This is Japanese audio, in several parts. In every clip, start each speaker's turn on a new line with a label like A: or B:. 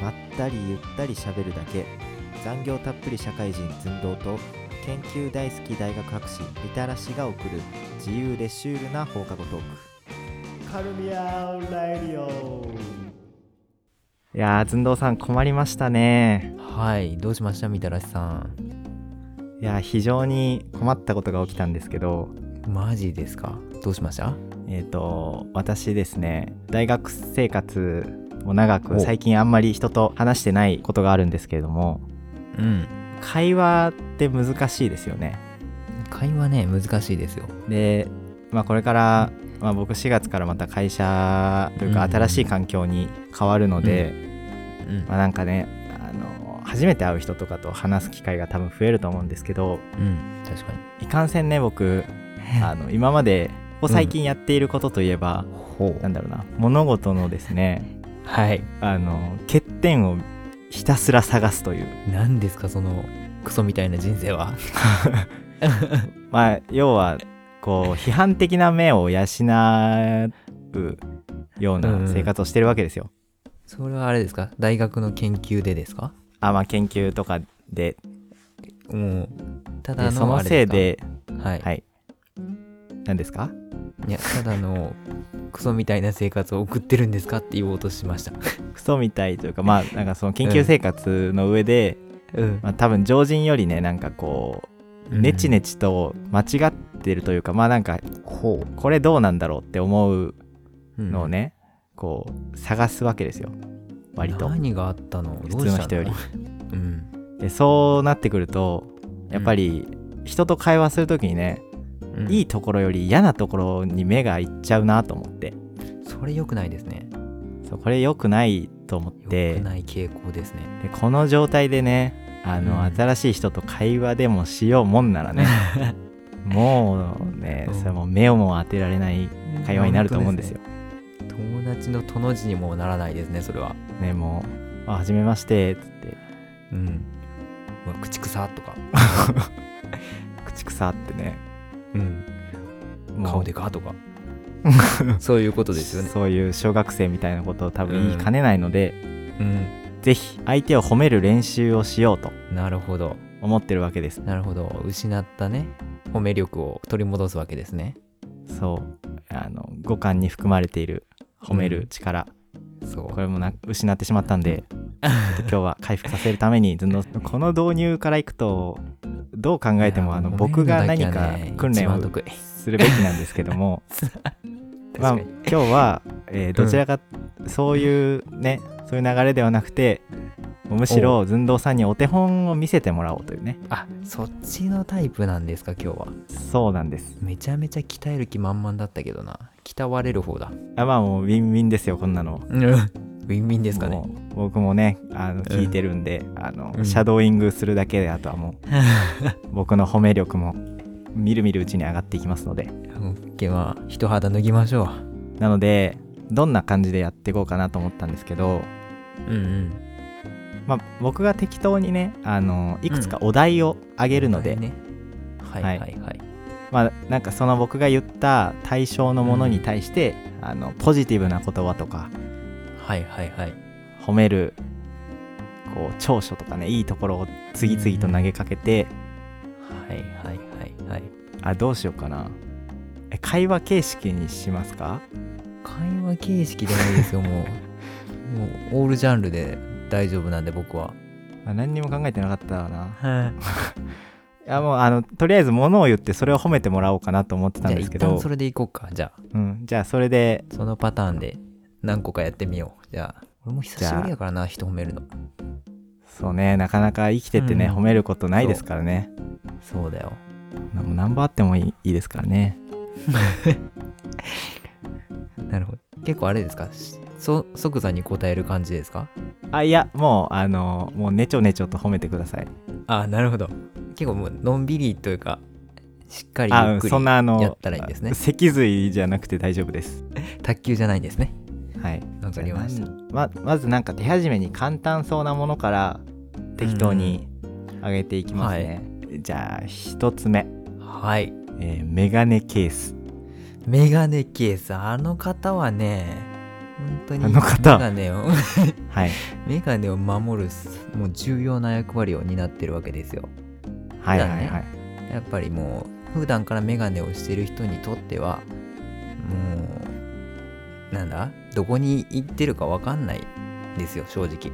A: まったりゆったりしゃべるだけ残業たっぷり社会人寸胴と研究大好き大学博士みたらしが送る自由でシュールな放課後トー
B: カルミアラディオ
A: クいやー寸胴さん困りましたね
C: はいどうしましたみたらしさん
A: いやー非常に困ったことが起きたんですけど
C: マジですかどうしました
A: えっ、と私ですね大学生活も長く最近あんまり人と話してないことがあるんですけれども
C: うん
A: 会話って難しいですよね
C: 会話ね難しいですよ
A: で、まあ、これから、まあ、僕4月からまた会社というか
C: うん
A: 新しい環境に変わるので、
C: うん
A: まあ、なんかねあの初めて会う人とかと話す機会が多分増えると思うんですけど
C: うん確かに
A: いかんせんね僕あの今までここ最近やっていることといえば、
C: ほう
A: なんだろうな物事のですね
C: はい
A: あの欠点をひたすら探すという
C: 何ですかそのクソみたいな人生 は
A: まあ要はこう批判的な目を養うような生活をしてるわけですよ。
C: それはあれですか大学の研究でですか
A: あまあ、研究とかで
C: うんただ
A: で
C: の
A: その
C: あれ
A: せい
C: すか
A: で
C: はい、
A: はい何ですか
C: いやただのクソみたいな生活を送ってるんですかって言おうとしました
A: クソみたいというかまあなんかその研究生活の上で、
C: うん
A: まあ、多分常人よりねなんかこうネチネチと間違ってるというか、まあなんか
C: ほ
A: これどうなんだろうって思う
C: う
A: のをね、こう探すわけですよ割と
C: 何があったの
A: 普通の人より
C: どうしたのうん
A: でそうなってくるとやっぱり人と会話する時にね、
C: うん
A: いいところより嫌なところに目がいっちゃうなと思って
C: それ良くないですね
A: そうこれ良くないと思っ
C: 良く
A: て
C: ない傾向ですね
A: でこの状態でねあの、
C: うん
A: 新しい人と会話でもしようもんなら ねもうね
C: うん
A: それも目をも当てられない会話になると思うんですよ。
C: 本当ですね友達のとの字にもならないですねそれは
A: ねもう「あはじめまして」っつって
C: うんうわ口臭とか、
A: 「口臭」ってね
C: うん、
A: もう
C: 顔でかとか そういうことですよ ね
A: そういう小学生みたいなことを多分言いかねないので、
C: うん
A: ぜひ相手を褒める練習をしようと
C: なるほど
A: 思ってるわけです。
C: なるほど失ったね褒め力を取り戻すわけですね
A: そうあの五感に含まれている褒める力、
C: そう
A: これもな失ってしまったん でちょっと今日は回復させるためにずんどうこの導入からいくとどう考えてもあの
C: いや
A: 僕が何
C: 褒めるのだ
A: か
C: けはね
A: 訓練
C: 一
A: を
C: 番得意
A: するべきなんですけどもまあ
C: 確
A: 今
C: かに
A: 日は、えーどちらかそういうね、そういう流れではなくてむしろずんどうさんにお手本を見せてもらおうというね
C: あそっちのタイプなんですか今日は
A: そうなんです
C: めちゃめちゃ鍛える気満々だったけどな鍛われる方だ
A: あまあもうウィンウィンですよこんなの
C: うんウィンウィンですかね
A: もう僕もねあの聞いてるんで、あの
C: うん
A: シャドーイングするだけであとは もう僕の褒め力もみるみるうちに上がっていきますので
C: オッケーまあ人肌脱ぎましょ
A: なのでどんな感じでやっていこうかなと思ったんですけど、
C: ううん
A: まあ、僕が適当にねあのいくつかお題をあげるので、
C: ねはい
A: は
C: はいいはい
A: まあ、なんかその僕が言った対象のものに対して、あのポジティブな言葉とか
C: はいはいはい
A: 褒めるこう長所とかねいいところを次々と投げかけて、
C: はいはいはいはい
A: あどうしようかなえ会話形式にしますか
C: 会話形式でもいいですよも うもうオールジャンルで大丈夫なんで僕は
A: あ何にも考えてなかったな
C: はい
A: やもうあのとりあえず物を言ってそれを褒めてもらおうかなと思って
C: じ
A: た
C: ゃ
A: ん
C: あ
A: です
C: 一
A: け
C: 旦
A: ど
C: それでいこうかじゃあ
A: うん、じゃあそれで
C: そのパターンで何個かやってみようじゃあ俺も久しぶりやからな人褒めるの
A: そうねなかなか生きててね、
C: うん
A: 褒めることないですからね
C: そうだよ
A: なもう何本あってもいいいいですからね
C: なるほど結構あれですかしそ即座に答える感じですか
A: あいやもうあのもうねちょねちょと褒めてください
C: あなるほど結構もうのんびりというかしっかり
A: あ
C: ゆ
A: う
C: っ
A: ん
C: くり
A: そんなあの
C: やったらいいんですね
A: 脊髄じゃなくて大丈夫です
C: 卓球じゃないんですね
A: はい
C: わかりまし
A: じゃ
C: た
A: あなんままずなんか手始めに簡単そうなものから適当に上げていきますね、じゃあ一つ目、
C: はい
A: えーメガネケース
C: メガネケースあの方はね本当に
A: あの方
C: メガネを
A: はい
C: メガネを守るもう重要な役割を担ってるわけですよ
A: はい
C: だ
A: は
C: ね
A: いはい
C: やっぱりもう普段からメガネをしてる人にとってはもうなんだどこに行ってるかわかんないですよ正直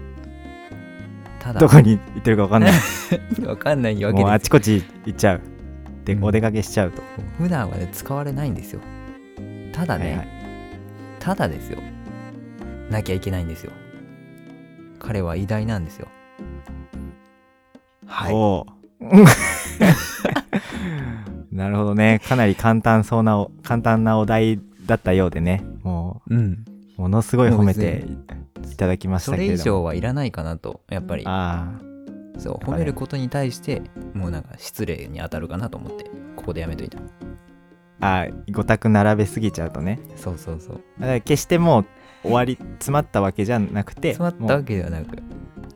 C: ただ
A: どこに行ってるか分かんない
C: わかんないわけ
A: もうあ
C: で
A: ちこち行っちゃうで、
C: うん
A: お出かけしちゃうと
C: すよ普段はね使われないんですよただね、
A: はいはい
C: ただですよなきゃいけないんですよ彼は偉大なんですよはい
A: おお なるほどねかなり簡単そうなお簡単なお題だったようでねも
C: うん
A: うものすごい褒めて
C: も
A: いただきまし
C: そ
A: たけ
C: れ
A: れ
C: 以
A: ども
C: 上はいらないかなとやっぱり
A: ああ
C: そう
A: ぱ
C: 褒
A: ね
C: めることに対してもうなんか失礼に当たるかなと思ってここでやめといた
A: ああごたく並べすぎちゃうとね
C: そうそうそう
A: だから決してもう終わり詰まったわけじゃなくて
C: 詰まった
A: も
C: わけではなく
A: う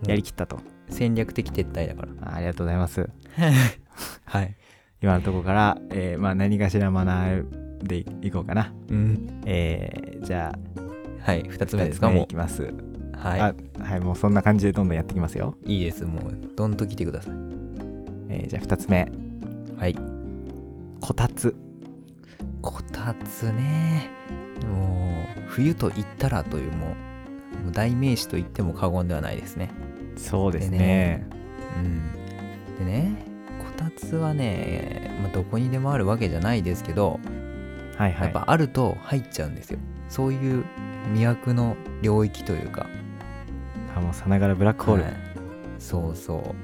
A: やりきったと
C: 戦略的撤退だから
A: あありがとうございます
C: はい
A: 今のところから、えーまあ、何かしら学んでいこうかな
C: うん
A: えーじゃあ
C: はい2つ
A: 2
C: 目です
A: つ
C: か
A: 目い
C: も
A: きます
C: うは
A: あはいもうそんな感じでどんどんやっていきますよ、
C: いいいですもうどんと来てください
A: えーじゃあ2つ目
C: はい
A: こたつ
C: こたつねもう冬と言ったらというもうもう代名詞と言っても過言ではないですね
A: そうですね
C: うんでねこたつはね、まあ、どこにでもあるわけじゃないですけど
A: はいは
C: やっ
A: い
C: ぱあると入っちゃうんですよ、そういう魅惑の領域というか
A: あもうさながらブラックホール、
C: はいそうそ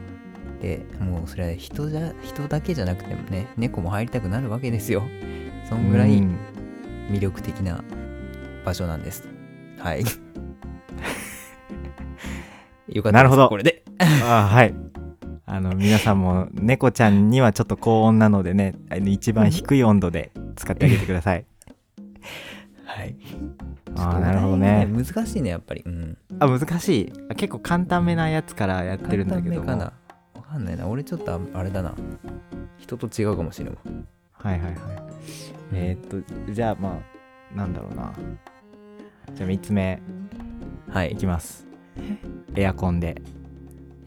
C: うでもうそれは人じゃ人だけじゃなくてもね猫も入りたくなるわけですよそんぐらい
A: うん
C: 魅力的な場所なんですはい よかったです
A: なるほど
C: これで
A: あはいあの皆さんも猫ちゃんにはちょっと高温なのでねあの一番低い温度で使ってあげてくだ さい
C: はい
A: あーなるほどね
C: 難しいねやっぱりうん
A: あ難しいあ結構簡単めなやつからやってるんだけども
C: 簡単めかなわかんないな俺ちょっとああれだな人と違うかもしれない
A: はいはいはいえーっとじゃあまあなんだろうなじゃあ3つ目
C: はい
A: いきますエアコンで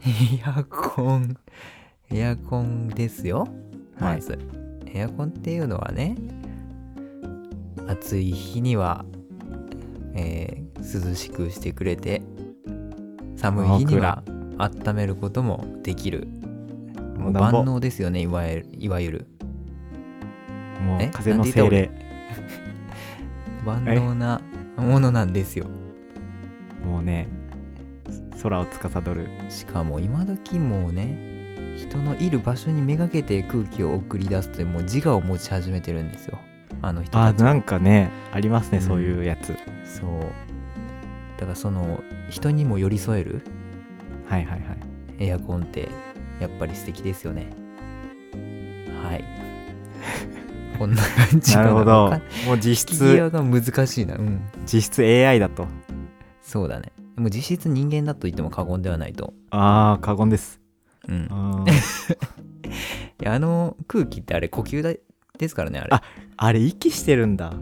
C: エアコン、エアコンですよ。
A: はい
C: まず、エアコンっていうのはね、暑い日には、えー涼しくしてくれて、寒い日には温めることもできる。もう
A: 暖房
C: 万能ですよね、いわゆる。いわゆる
A: もう
C: え
A: 風の精霊
C: 万能なものなんですよ。
A: もうね空を司る
C: しかも今時もうね、人のいる場所にめがけて空気を送り出すというもう自我を持ち始めてるんですよ。あの人たちは
A: あなんかねありますね、
C: うん
A: そういうやつ
C: そうだからその人にも寄り添える
A: はいはいはい
C: エアコンってやっぱり素敵ですよねはい こんな感じか
A: なるほ
C: わ
A: ど
C: かん
A: もう実
C: 引き際
A: 質
C: が難しいなうん
A: 実質 AI だと
C: そうだねもう実質人間だと言っても過言ではないと
A: あー過言です
C: うん
A: あー
C: いやあの空気ってあれ呼吸だですからねあれ
A: ああれ息してるんだ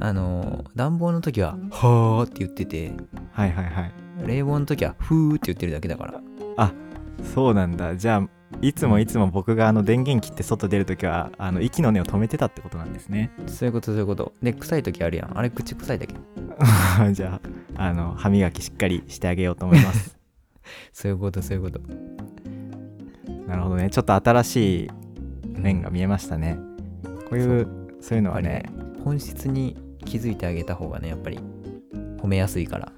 C: あの暖房の時は「はーって言ってて
A: はいはいはい
C: 冷房の時は「ふーって言ってるだけだから
A: そうなんだじゃあいつもいつも僕があの電源切って外出るときはあの息の根を止めてたってことなんですね
C: そういうことそういうことで臭い時あるやんあれ口臭いだけ
A: じゃああの歯磨きしっかりしてあげようと思います
C: そういうことそういうこと
A: なるほどねちょっと新しい面が見えましたねこういうそういうのはね
C: 本質に気づいてあげた方がねやっぱり褒めやすいから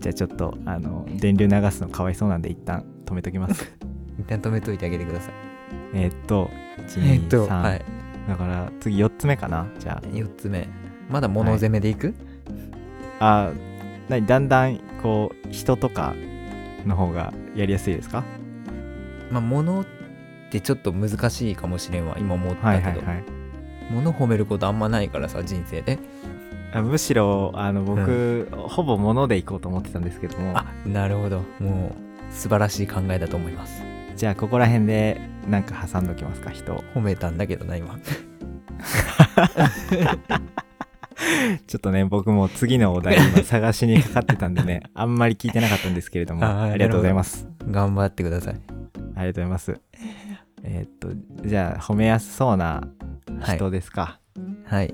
A: じゃあちょっとあの電流流すのかわいそうなんで一旦止めとき ます。
C: 一旦止めといてあげてください
A: えーっと123、
C: えっとはい
A: だから次4つ目かなじゃ
C: 4つ目まだ物攻めでいく、
A: ああなにだんだんこう人とかの方がやりやすいですか
C: まあ物ってちょっと難しいかもしれんわ今思ったけど、
A: はいはいはい
C: 物褒めることあんまないからさ人生で
A: あむしろあの僕、ほぼ物でいこうと思ってたんですけども
C: あなるほどもう素晴らしい考えだと思います
A: じゃあここら辺でなんか挟ん どきますか人を
C: 褒めたんだけどな今
A: ちょっとね、僕も次のお題 今探しにかかってたんでね、あんまり聞いてなかったんですけれども、
C: あー
A: ありがとうございます。
C: 頑張ってください。
A: ありがとうございます。えーっと、じゃあ、褒めやすそうな
C: はい。
A: 人ですか。
C: はい、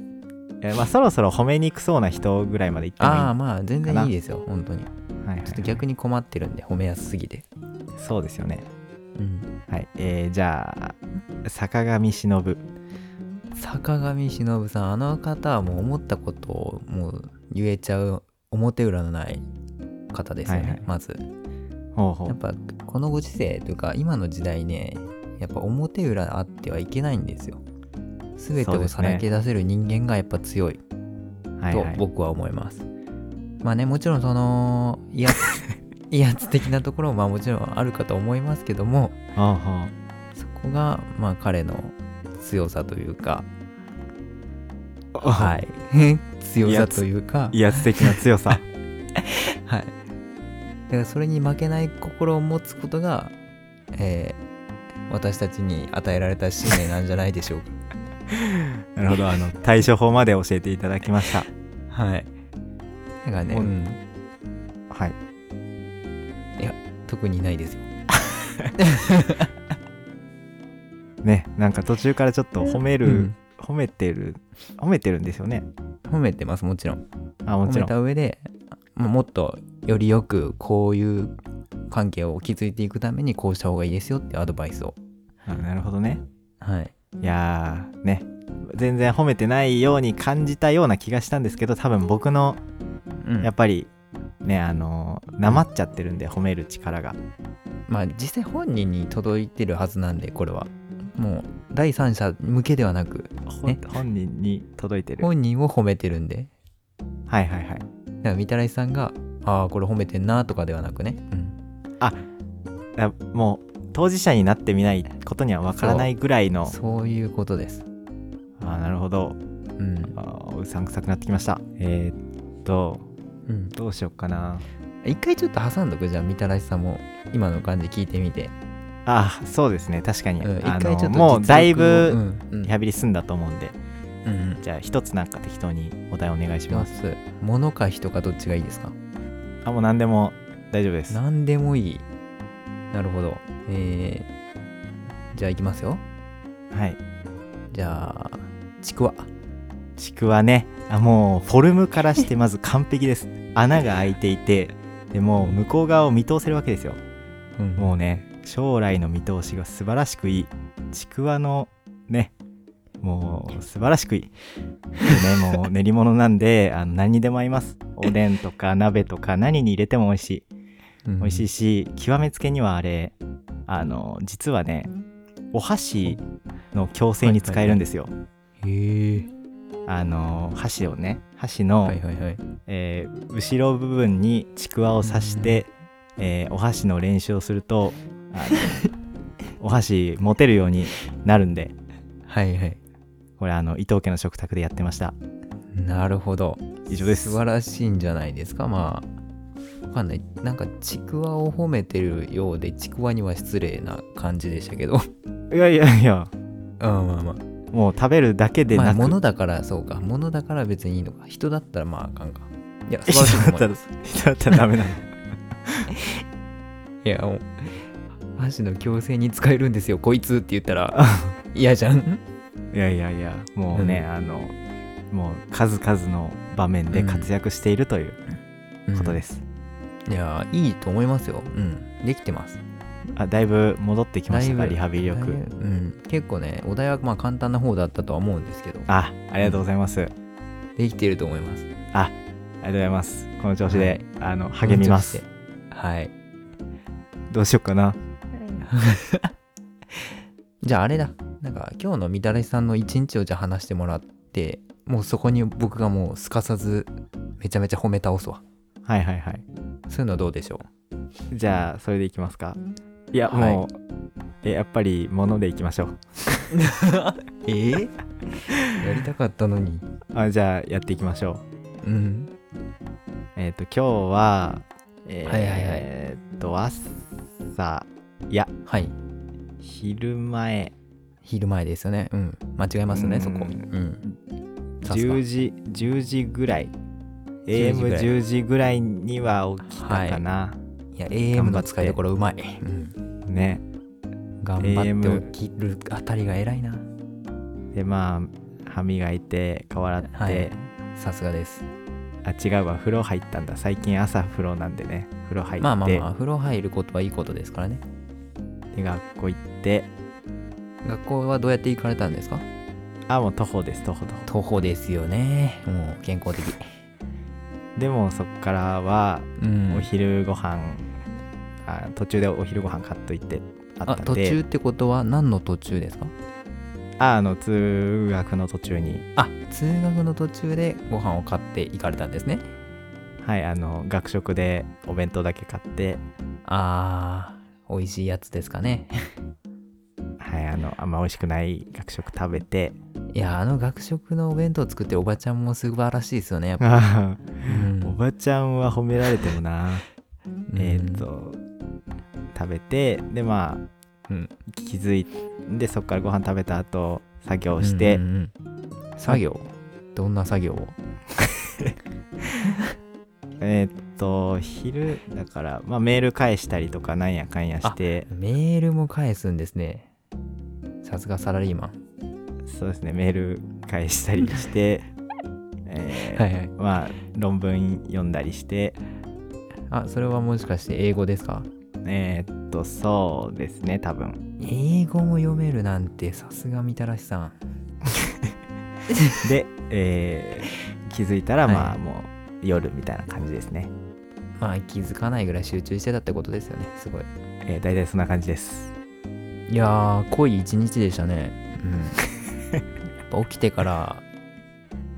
A: えーまあ、そろそろ褒めにくそうな人ぐらいまで行ってもいい
C: ああ、まあ全然いいですよ、本当に。ちょ
A: はいはい
C: っと逆に困ってるんで、褒めやすすぎて。
A: そうですよね。
C: うん。
A: はい。えーじゃあ、坂上忍。
C: 坂上忍さん、あの方はもう思ったことをもう言えちゃう、表裏のない方ですよね、
A: はいはい
C: まず。
A: ほうほ
C: やっ
A: う。
C: ぱこのご時世というか今の時代ねやっぱ表裏あってはいけないんですよ全て
A: そう
C: を
A: です
C: さ
A: ね
C: らけ出せる人間がやっぱ強い
A: はい
C: と
A: はい。
C: 僕は思います、まあねもちろんその 威圧威圧的なところもまあもちろんあるかと思いますけども
A: ほうほう
C: そこがまあ彼の強さというかは
A: はい
C: 強さというか
A: 威圧的な強 さ
C: はい。だからそれに負けない心を持つことが、えー私たちに与えられた使命なんじゃないでしょうか。
A: なるほどあの対処法まで教えていただきました
C: はい。だからね、
A: もう
C: うん
A: はい
C: 特にないですよ。
A: ねなんか途中からちょっと褒める、
C: うん
A: 褒めてる褒めてるんですよね
C: 褒めてます、もちろん。
A: あも
C: 褒
A: ち
C: め
A: ろん
C: た上で、まあもっとよりよくこういう関係を築いていくためにこうした方がいいですよっていうアドバイスを。
A: あなるほどね
C: はい。
A: いやーね全然褒めてないように感じたような気がしたんですけど多分僕の
C: うん、
A: やっぱりねあのなまっちゃってるんで褒める力が
C: まあ実際本人に届いてるはずなんで、これは。もう第三者向けではなく、
A: ほ
C: ね
A: 本人に届いてるはい
C: 本人を褒めてるんで。
A: はいはい
C: だからみたらしさんが「ああこれ褒めてんな」とかではなくね、うん、
A: だもう当事者になってみないことにはわからないぐらいの
C: そういうことです、
A: あーなるほど
C: うん
A: あーうさんくさくなってきましたえーっと
C: うん、
A: どうしよっかな
C: 一回ちょっと挟んどくじゃあみたらしさんも今の感じ聞いてみて、
A: あーそうですね確かに、
C: うん、一
A: あ
C: 回ち
A: の
C: ょっと実力を
A: もうだいぶ
C: うんうん
A: リハビリ済んだと思うんで、
C: うんうん
A: じゃあ一つなんか適当にお題お願いし
C: どう
A: ます
C: す物か人かどっちがいいですか
A: あもう何でも大丈夫です
C: 何でもいいなるほどえー、じゃあいきますよ
A: はい
C: じゃあちくわ
A: ちくわねあもうフォルムからしてまず完璧です穴が開いていてでもう向こう側を見通せるわけですよ
C: うん
A: もうね将来の見通しが素晴らしくいいちくわのねもう素晴らしくいいでねもう練り物なんで あの何にでも合いますおでんとか鍋とか何に入れても美味しい
C: うん
A: 美味しいし極めつけにはあれあの実はねお箸の矯正に使えるんですよ、
C: へえ
A: あの箸をね箸の、
C: はいはいはい
A: えー後ろ部分にちくわを刺して、えーお箸の練習をするとあの お箸持てるようになるんで
C: はいはい
A: これあの伊藤家の食卓でやってました
C: なるほど
A: 以上です
C: 素晴らしいんじゃないですかまあわかんないなんかちくわを褒めてるようでちくわには失礼な感じでしたけど
A: いやいやいや
C: あまあ まあ
A: もう食べるだけで
C: まあ
A: なく、
C: 物だからそうか物だから別にいいのか人だったらまああかんかいや素晴らしいと思 います
A: 人だったらダメなの
C: いやもう箸の矯正に使えるんですよこいつって言っ たら嫌じゃん
A: いやいやいやもうね、
C: うん、
A: あのもう数々の場面で活躍しているということですす、
C: うんいやいいと思いますようんできてます
A: あだいぶ戻ってきました
C: だ
A: か
C: いぶ
A: リハビリ
C: だいぶ
A: 力
C: うん結構ねお題はまあ簡単な方だったとは思うんですけど
A: あありがとうございます、あ
C: できていると思います
A: りがとうございますこの調子で、あの励みます
C: はい
A: どうしようかな
C: じゃああれだなんか今日のみだれさんの一日をじゃあ話してもらってもうそこに僕がもうすかさずめちゃめちゃ褒め倒すわ
A: はいはいはい
C: そういうのどうでしょ
A: じゃあそれでいきますかいや、
C: はい
A: もうえやっぱり物でいきましょう
C: うええ やりたかったのに
A: あじゃあやっていきましょ
C: うん
A: うえっ、と今日はえー
C: はいはいはい
A: えーっと朝いや
C: はい
A: 昼前
C: 昼前ですよねうん間違えますね
A: うん
C: そこうんさすが
A: 10時10時ぐらい
C: 10時ぐらい
A: AM10 時ぐらいには起きたかな、
C: いや AM の使いどころうまい、うん、
A: ね
C: 頑張って起きるあたりが偉いな
A: でまあ歯磨いて顔洗って、
C: はいさすがです
A: あ違うわ風呂入ったんだ最近朝風呂なんでね風呂入って、
C: まあまあまあ風呂入ることはいいことですからね
A: で学校行って
C: 学校はどうやって行かれたんですか
A: あもう徒歩です徒歩徒歩
C: 徒歩ですよねもう健康的
A: でもそっからは
C: うん
A: お昼ご飯、あ途中でお昼ご飯買っといてあ
C: あ
A: ったん
C: 途
A: で
C: 中ってことは何の途中ですか
A: ああの通学の途中に
C: あ通学の途中でご飯を買って行かれたんですね
A: はいあの学食でお弁当だけ買って
C: あー美味しいやつですかね
A: はいあのあんま美味しくない学食食べて
C: いやあの学食のお弁当作ってるおばちゃんも素晴らしいですよねやっぱ、
A: あ
C: う
A: ーお
C: ん
A: ばちゃんは褒められてもな
C: うん
A: えーっと食べてでまあ、
C: うん
A: 気づいてそっからご飯食べた後作業して、
C: うんうんうん作業どんな作業を
A: えーっと昼だから、まあ、メール返したりとかなんやかんやして
C: メールも返すんですねさすがサラリーマン
A: そうですねメール返したり して、えー
C: いはい
A: まあ論文読んだりして
C: あそれはもしかして英語ですか
A: えーっとそうですね多分
C: 英語も読めるなんてさすがみたらしさん
A: で、えー気づいたら
C: はい
A: まあもう夜みたいな感じですね、
C: まあ気づかないぐらい集中してたってことですよねすごい
A: えー、大体そんな感じです
C: いやー濃い一日でしたね うんやっぱ起きてから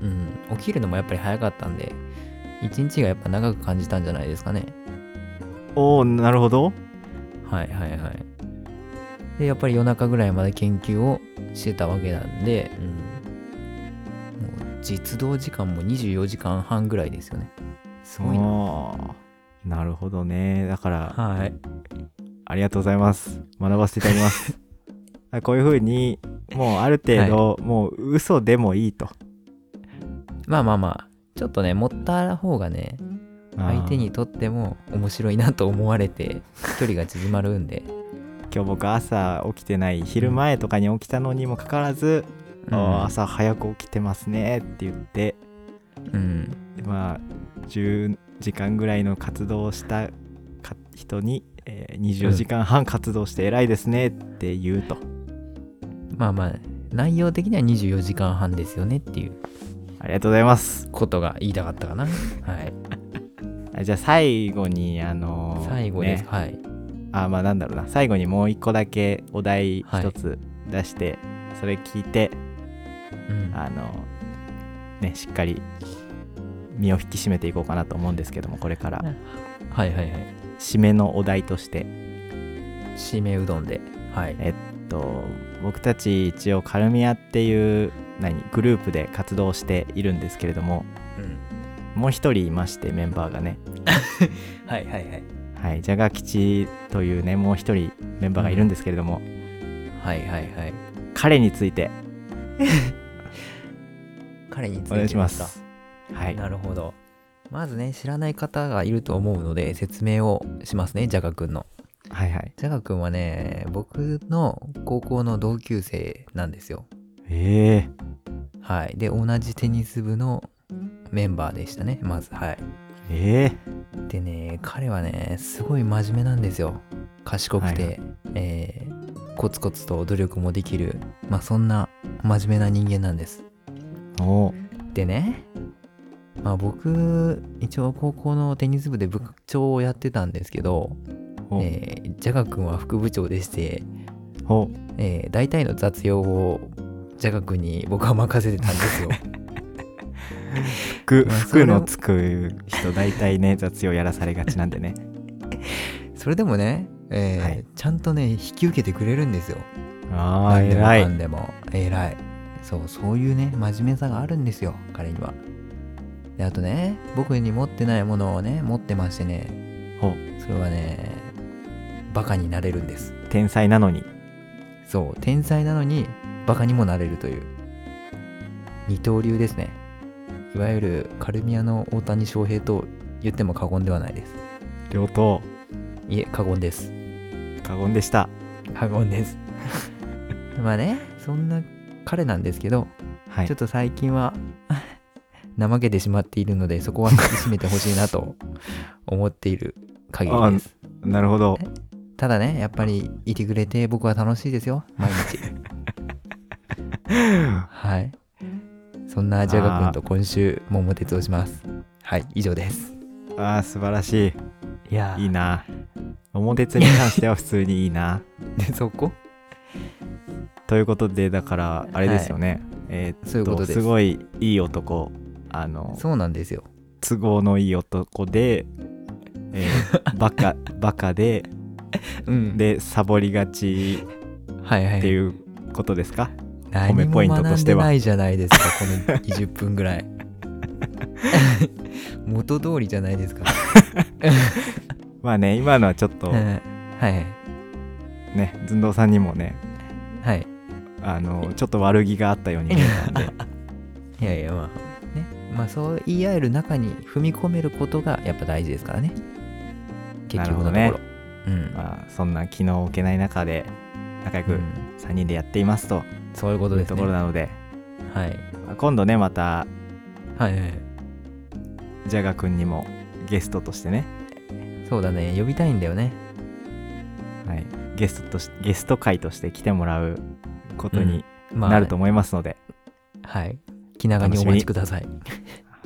C: うん起きるのもやっぱり早かったんで一日がやっぱ長く感じたんじゃないですかね
A: おおなるほど
C: はいはいはいでやっぱり夜中ぐらいまで研究をしてたわけなんで、うん、もう実動時間も24時間半ぐらいですよねすごいな
A: おーなるほどねだから
C: はい
A: ありがとうございます。学ばせていただき ます。こういうふうに、もうある程度、もう嘘でもいいと。
C: まあまあまあちょっとね持った方がね相手に
A: あ
C: とっても面白いなと思われて距離が縮まるんで、
A: ー。今日僕朝起きてない、昼前とかに起きたのにもかかわらず、
C: うん
A: あー朝早く起きてますねって言って、
C: うん
A: まあ、10時間ぐらいの活動をしたか人に、えー24時間半活動して偉いですねって言うと。
C: まあまあ内容的には24時間半ですよねっていう
A: ありがとうございます。
C: ことが言いたかったかなはい
A: あじゃあ最後に、あのー
C: 最後です、はい
A: あまあなんだろうな最後にもう一個だけお題
C: はい
A: 一つ出して、それ聞いて
C: うん
A: あのねしっかり身を引き締めていこうかなと思うんですけどもこれから
C: はいはいはい
A: 締めのお題として
C: 締めうどんではい
A: えっと僕たち一応カルミアっていう何グループで活動しているんですけれどももう一人いましてメンバーがね
C: はいはいはい
A: はいジャガ吉というねもう一人メンバーがいるんですけれども、
C: はいはいはい
A: 彼について
C: 彼について
A: お願いしま
C: です
A: はい
C: かなるほどまずね知らない方がいると思うので説明をしますねジャガ君の
A: はいはい
C: ジャガ君はね僕の高校の同級生なんですよ
A: ええ
C: はいで同じテニス部のメンバーでしたねまずはい
A: ええ
C: でね彼はねすごい真面目なんですよ賢くて、
A: はい
C: えーコツコツと努力もできるまあそんな真面目な人間なんです
A: お
C: でね、まあ、僕一応高校のテニス部で部長をやってたんですけど、
A: お、
C: えージャガ君は副部長でして、
A: お
C: えー大体の雑用をジャガ君に僕は任せてたんで すよ
A: 服
C: まあそれ
A: 服のつく人大体ね雑用やらされがちなんで ね
C: それでもね、えー
A: はい
C: ちゃんとね引き受けてくれるんですよ
A: ああ
C: 何で
A: 偉
C: もか
A: い
C: んでも偉いそうそういうね真面目さがあるんですよ彼にはであとね僕に持ってないものをね持ってましてね
A: お
C: それはねバカになれるんです
A: 天才なのに
C: そう天才なのにバカにもなれるという二刀流ですねいわゆるカルミアの大谷翔平と言っても過言ではないです
A: 両党
C: いえ過言です
A: 過言でした
C: 過言です まあねそんな彼なんですけど、
A: はい
C: ちょっと最近は 怠けてしまっているのでそこは引き締めてほしいなと思っている限りです
A: なるほど
C: ただねやっぱりいてくれて僕は楽しいですよ毎 日はいそんなジャガ君と今週桃鉄をしますはい以上です
A: あー素晴らし
C: いや
A: いいいな桃鉄に関しては普通にいい な
C: でそこと
A: いうことでだからあれですよね、えー
C: そういう
A: っ
C: こと
A: と
C: ですす
A: ごいいい男あの
C: そうなんですよ
A: 都合のいい男で、え ーバカバカで
C: うん
A: でサボりがち
C: はいはい
A: っていうことですか、
C: 何
A: 褒め
C: も
A: ポイントとしては
C: 学んでないじゃないですかこの20分ぐら い元通りじゃないですか
A: まあね今のはちょっと
C: うん はいはい
A: ね寸胴さんにもね
C: はい
A: あのちょっと悪気があったように 見えたんで
C: いやいやまあねまあそう言い合える中に踏み込めることがやっぱ大事ですからね結局のところ、
A: なるほ
C: うん、
A: まあそんな気の置けない中で仲良
C: う
A: く
C: ん
A: 3人でやっていますと
C: そういうこと
A: い
C: で
A: う
C: す
A: と
C: ね
A: ころなので、
C: はい
A: まあ今度ねまた
C: はいはいはい
A: ジャガ君にもゲストとしてね、
C: そうだね呼びたいんだよね
A: はい、ゲストとしゲスト会として来てもらうこと
C: う
A: に
C: まあ
A: なると思いますので、
C: はい気長にお待ちください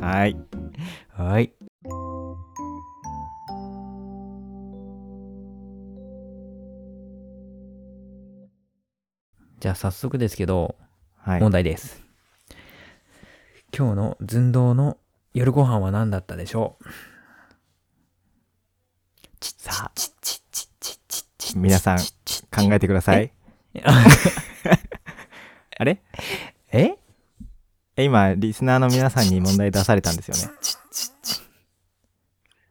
A: はい
C: はいじゃあ早速ですけど
A: はい
C: 問題です、今日の寸胴の夜ご飯は何だったでしょう
A: さあ皆さん考えてください
C: え
A: あれ
C: え
A: え今リスナーの皆さんに問題出されたんですよね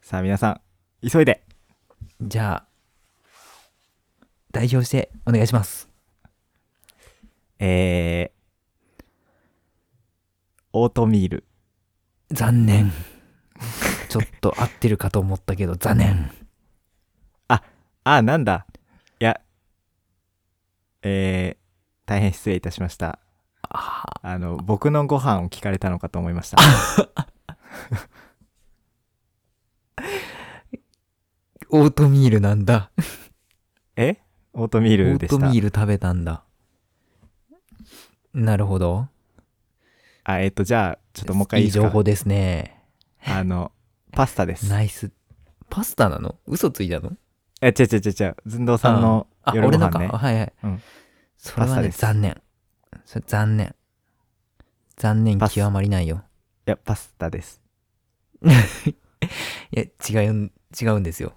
A: さあ皆さん急いで
C: じゃあ代表してお願いします
A: えー、オートミール
C: 残念 ちょっと合ってるかと思ったけど残念
A: あなんだいやえー、大変失礼いたしました
C: あー
A: あの僕のご飯を聞かれたのかと思いました
C: オートミールなんだ
A: えオートミールでした
C: オートミール食べたんだなるほど
A: あえっ、とじゃあちょっともう一回いい
C: い
A: ですか
C: 情報ですね
A: あのパスタです
C: ナイスパスタなの嘘ついたの
A: え違う違う違う違う寸胴さんの
C: あ
A: 夜ご
C: 俺の
A: 飯
C: か
A: ね
C: はいはい、
A: うん
C: それ
A: パス
C: は
A: タ
C: ね
A: です
C: 残念それ残念残念
A: パス
C: 極まりないよ
A: いやパスタです
C: いや違うん違うんですよ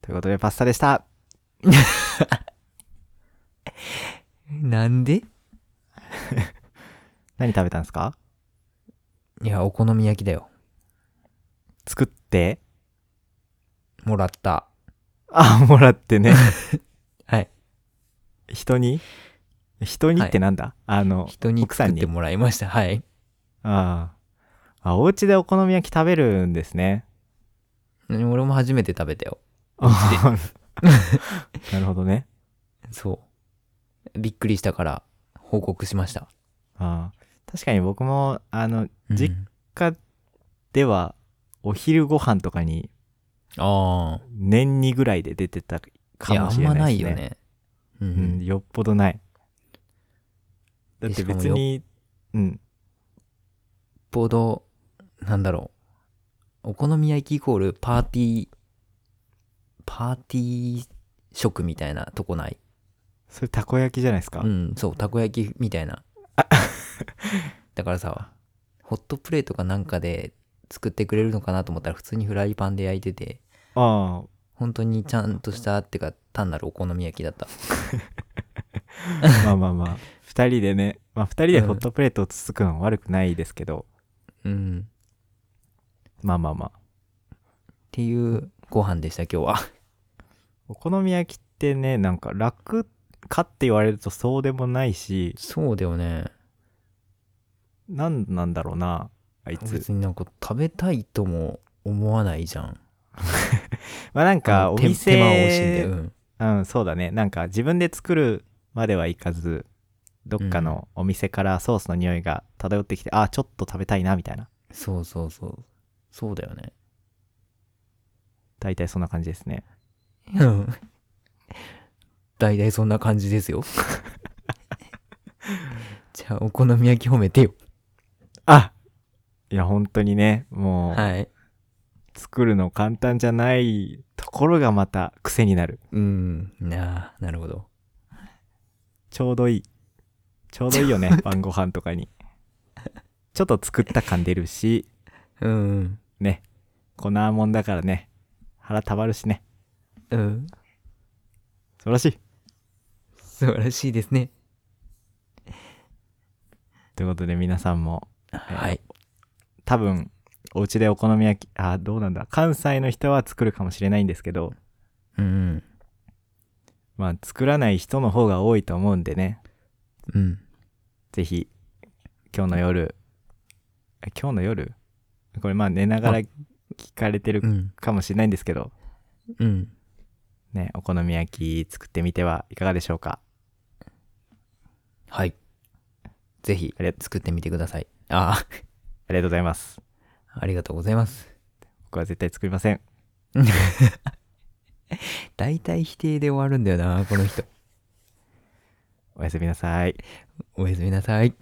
A: ということでパスタでした
C: なんで
A: 何食べたんですか
C: いやお好み焼きだよ
A: 作って
C: もらった
A: あもらってね
C: はい
A: 人に人にってなんだ、あの
C: 人に
A: 奥さ
C: 作
A: ん
C: っ
A: に
C: てもらいましたはい
A: あああお家でお好み焼き食べるんですね
C: 俺も初めて食べたよ
A: あー なるほどね
C: そうびっくりしたから報告しました
A: ああ確かに僕もあの
C: うん
A: 実家ではお昼ご飯とかに
C: あ
A: 年にぐらいで出てたか
C: あいや
A: も
C: あ
A: し
C: ん
A: れ
C: ま
A: な
C: ないい
A: です
C: よ
A: ね
C: ねう
A: うん、
C: ん
A: よっぽどないだっ
C: で
A: て
C: しかも
A: 別にうん
C: よっぽどなんだろうお好み焼きイコールパーティーパーティー食みたいなとこない
A: それたこ焼きじゃないですか、
C: うんそうたこ焼きみた いなだからさホットプレートかなんかで作ってくれるのかなと思ったら普通にフライパンで焼いてて
A: ああ
C: 本当にちゃんとしたってか単なるお好み焼きだった
A: まあまあま あ2人でね、まあ、2人でホットプレートをつつくのは悪くないですけど、
C: うん
A: まあまあまあ
C: っていうご飯でした今 日は
A: お好み焼きってねなんか楽かって言われるとそうでもないし
C: そうだよね
A: 何なんだろうなあいつ
C: 別になんか食べたいとも思わないじゃん
A: まあなん
C: あ
A: か
C: の
A: お
C: 手
A: 店
C: 手間を惜しんでうん
A: うん、そうだね。なんか自分で作るまではいかず、どっかのお店からソースの匂いが漂ってきて、あ、ちょっと食べたいな、みたいな。
C: そうそうそうそうだよね
A: 大体そんな感じですね。
C: うん 大体そんな感じですよ じゃあお好み焼き褒めてよ
A: あいや、本当にね、もう、
C: はい
A: 作るの簡単じゃないところがまた癖になる。
C: うんなあなるほど
A: ちょうどいい。ちょうどいいよね、晩ご飯とかに。ちょっと作った感出るし、
C: うん
A: ね、粉もんだからね、腹たまるしね、
C: うん
A: 素晴らしい。
C: 素晴らしいですね
A: ということで皆さんも
C: はい
A: 多分お家でお好み焼きあどうなんだ関西の人は作るかもしれないんですけど
C: うん
A: まあ作らない人の方が多いと思うんでね
C: うん
A: ぜひ今日の夜え今日の夜これまあ寝ながら聞かれて
C: う
A: る
C: ん
A: かもしれないんですけど、
C: うん
A: ねお好み焼き作ってみてはいかがでしょうか
C: はいぜひ
A: ありがと
C: 作ってみてくださいあ
A: ありがとうございます
C: あありがとうございます
A: 僕は絶対作りません
C: 大体否定で終わるんだよなこの人
A: おやすみなさい
C: おやすみなさい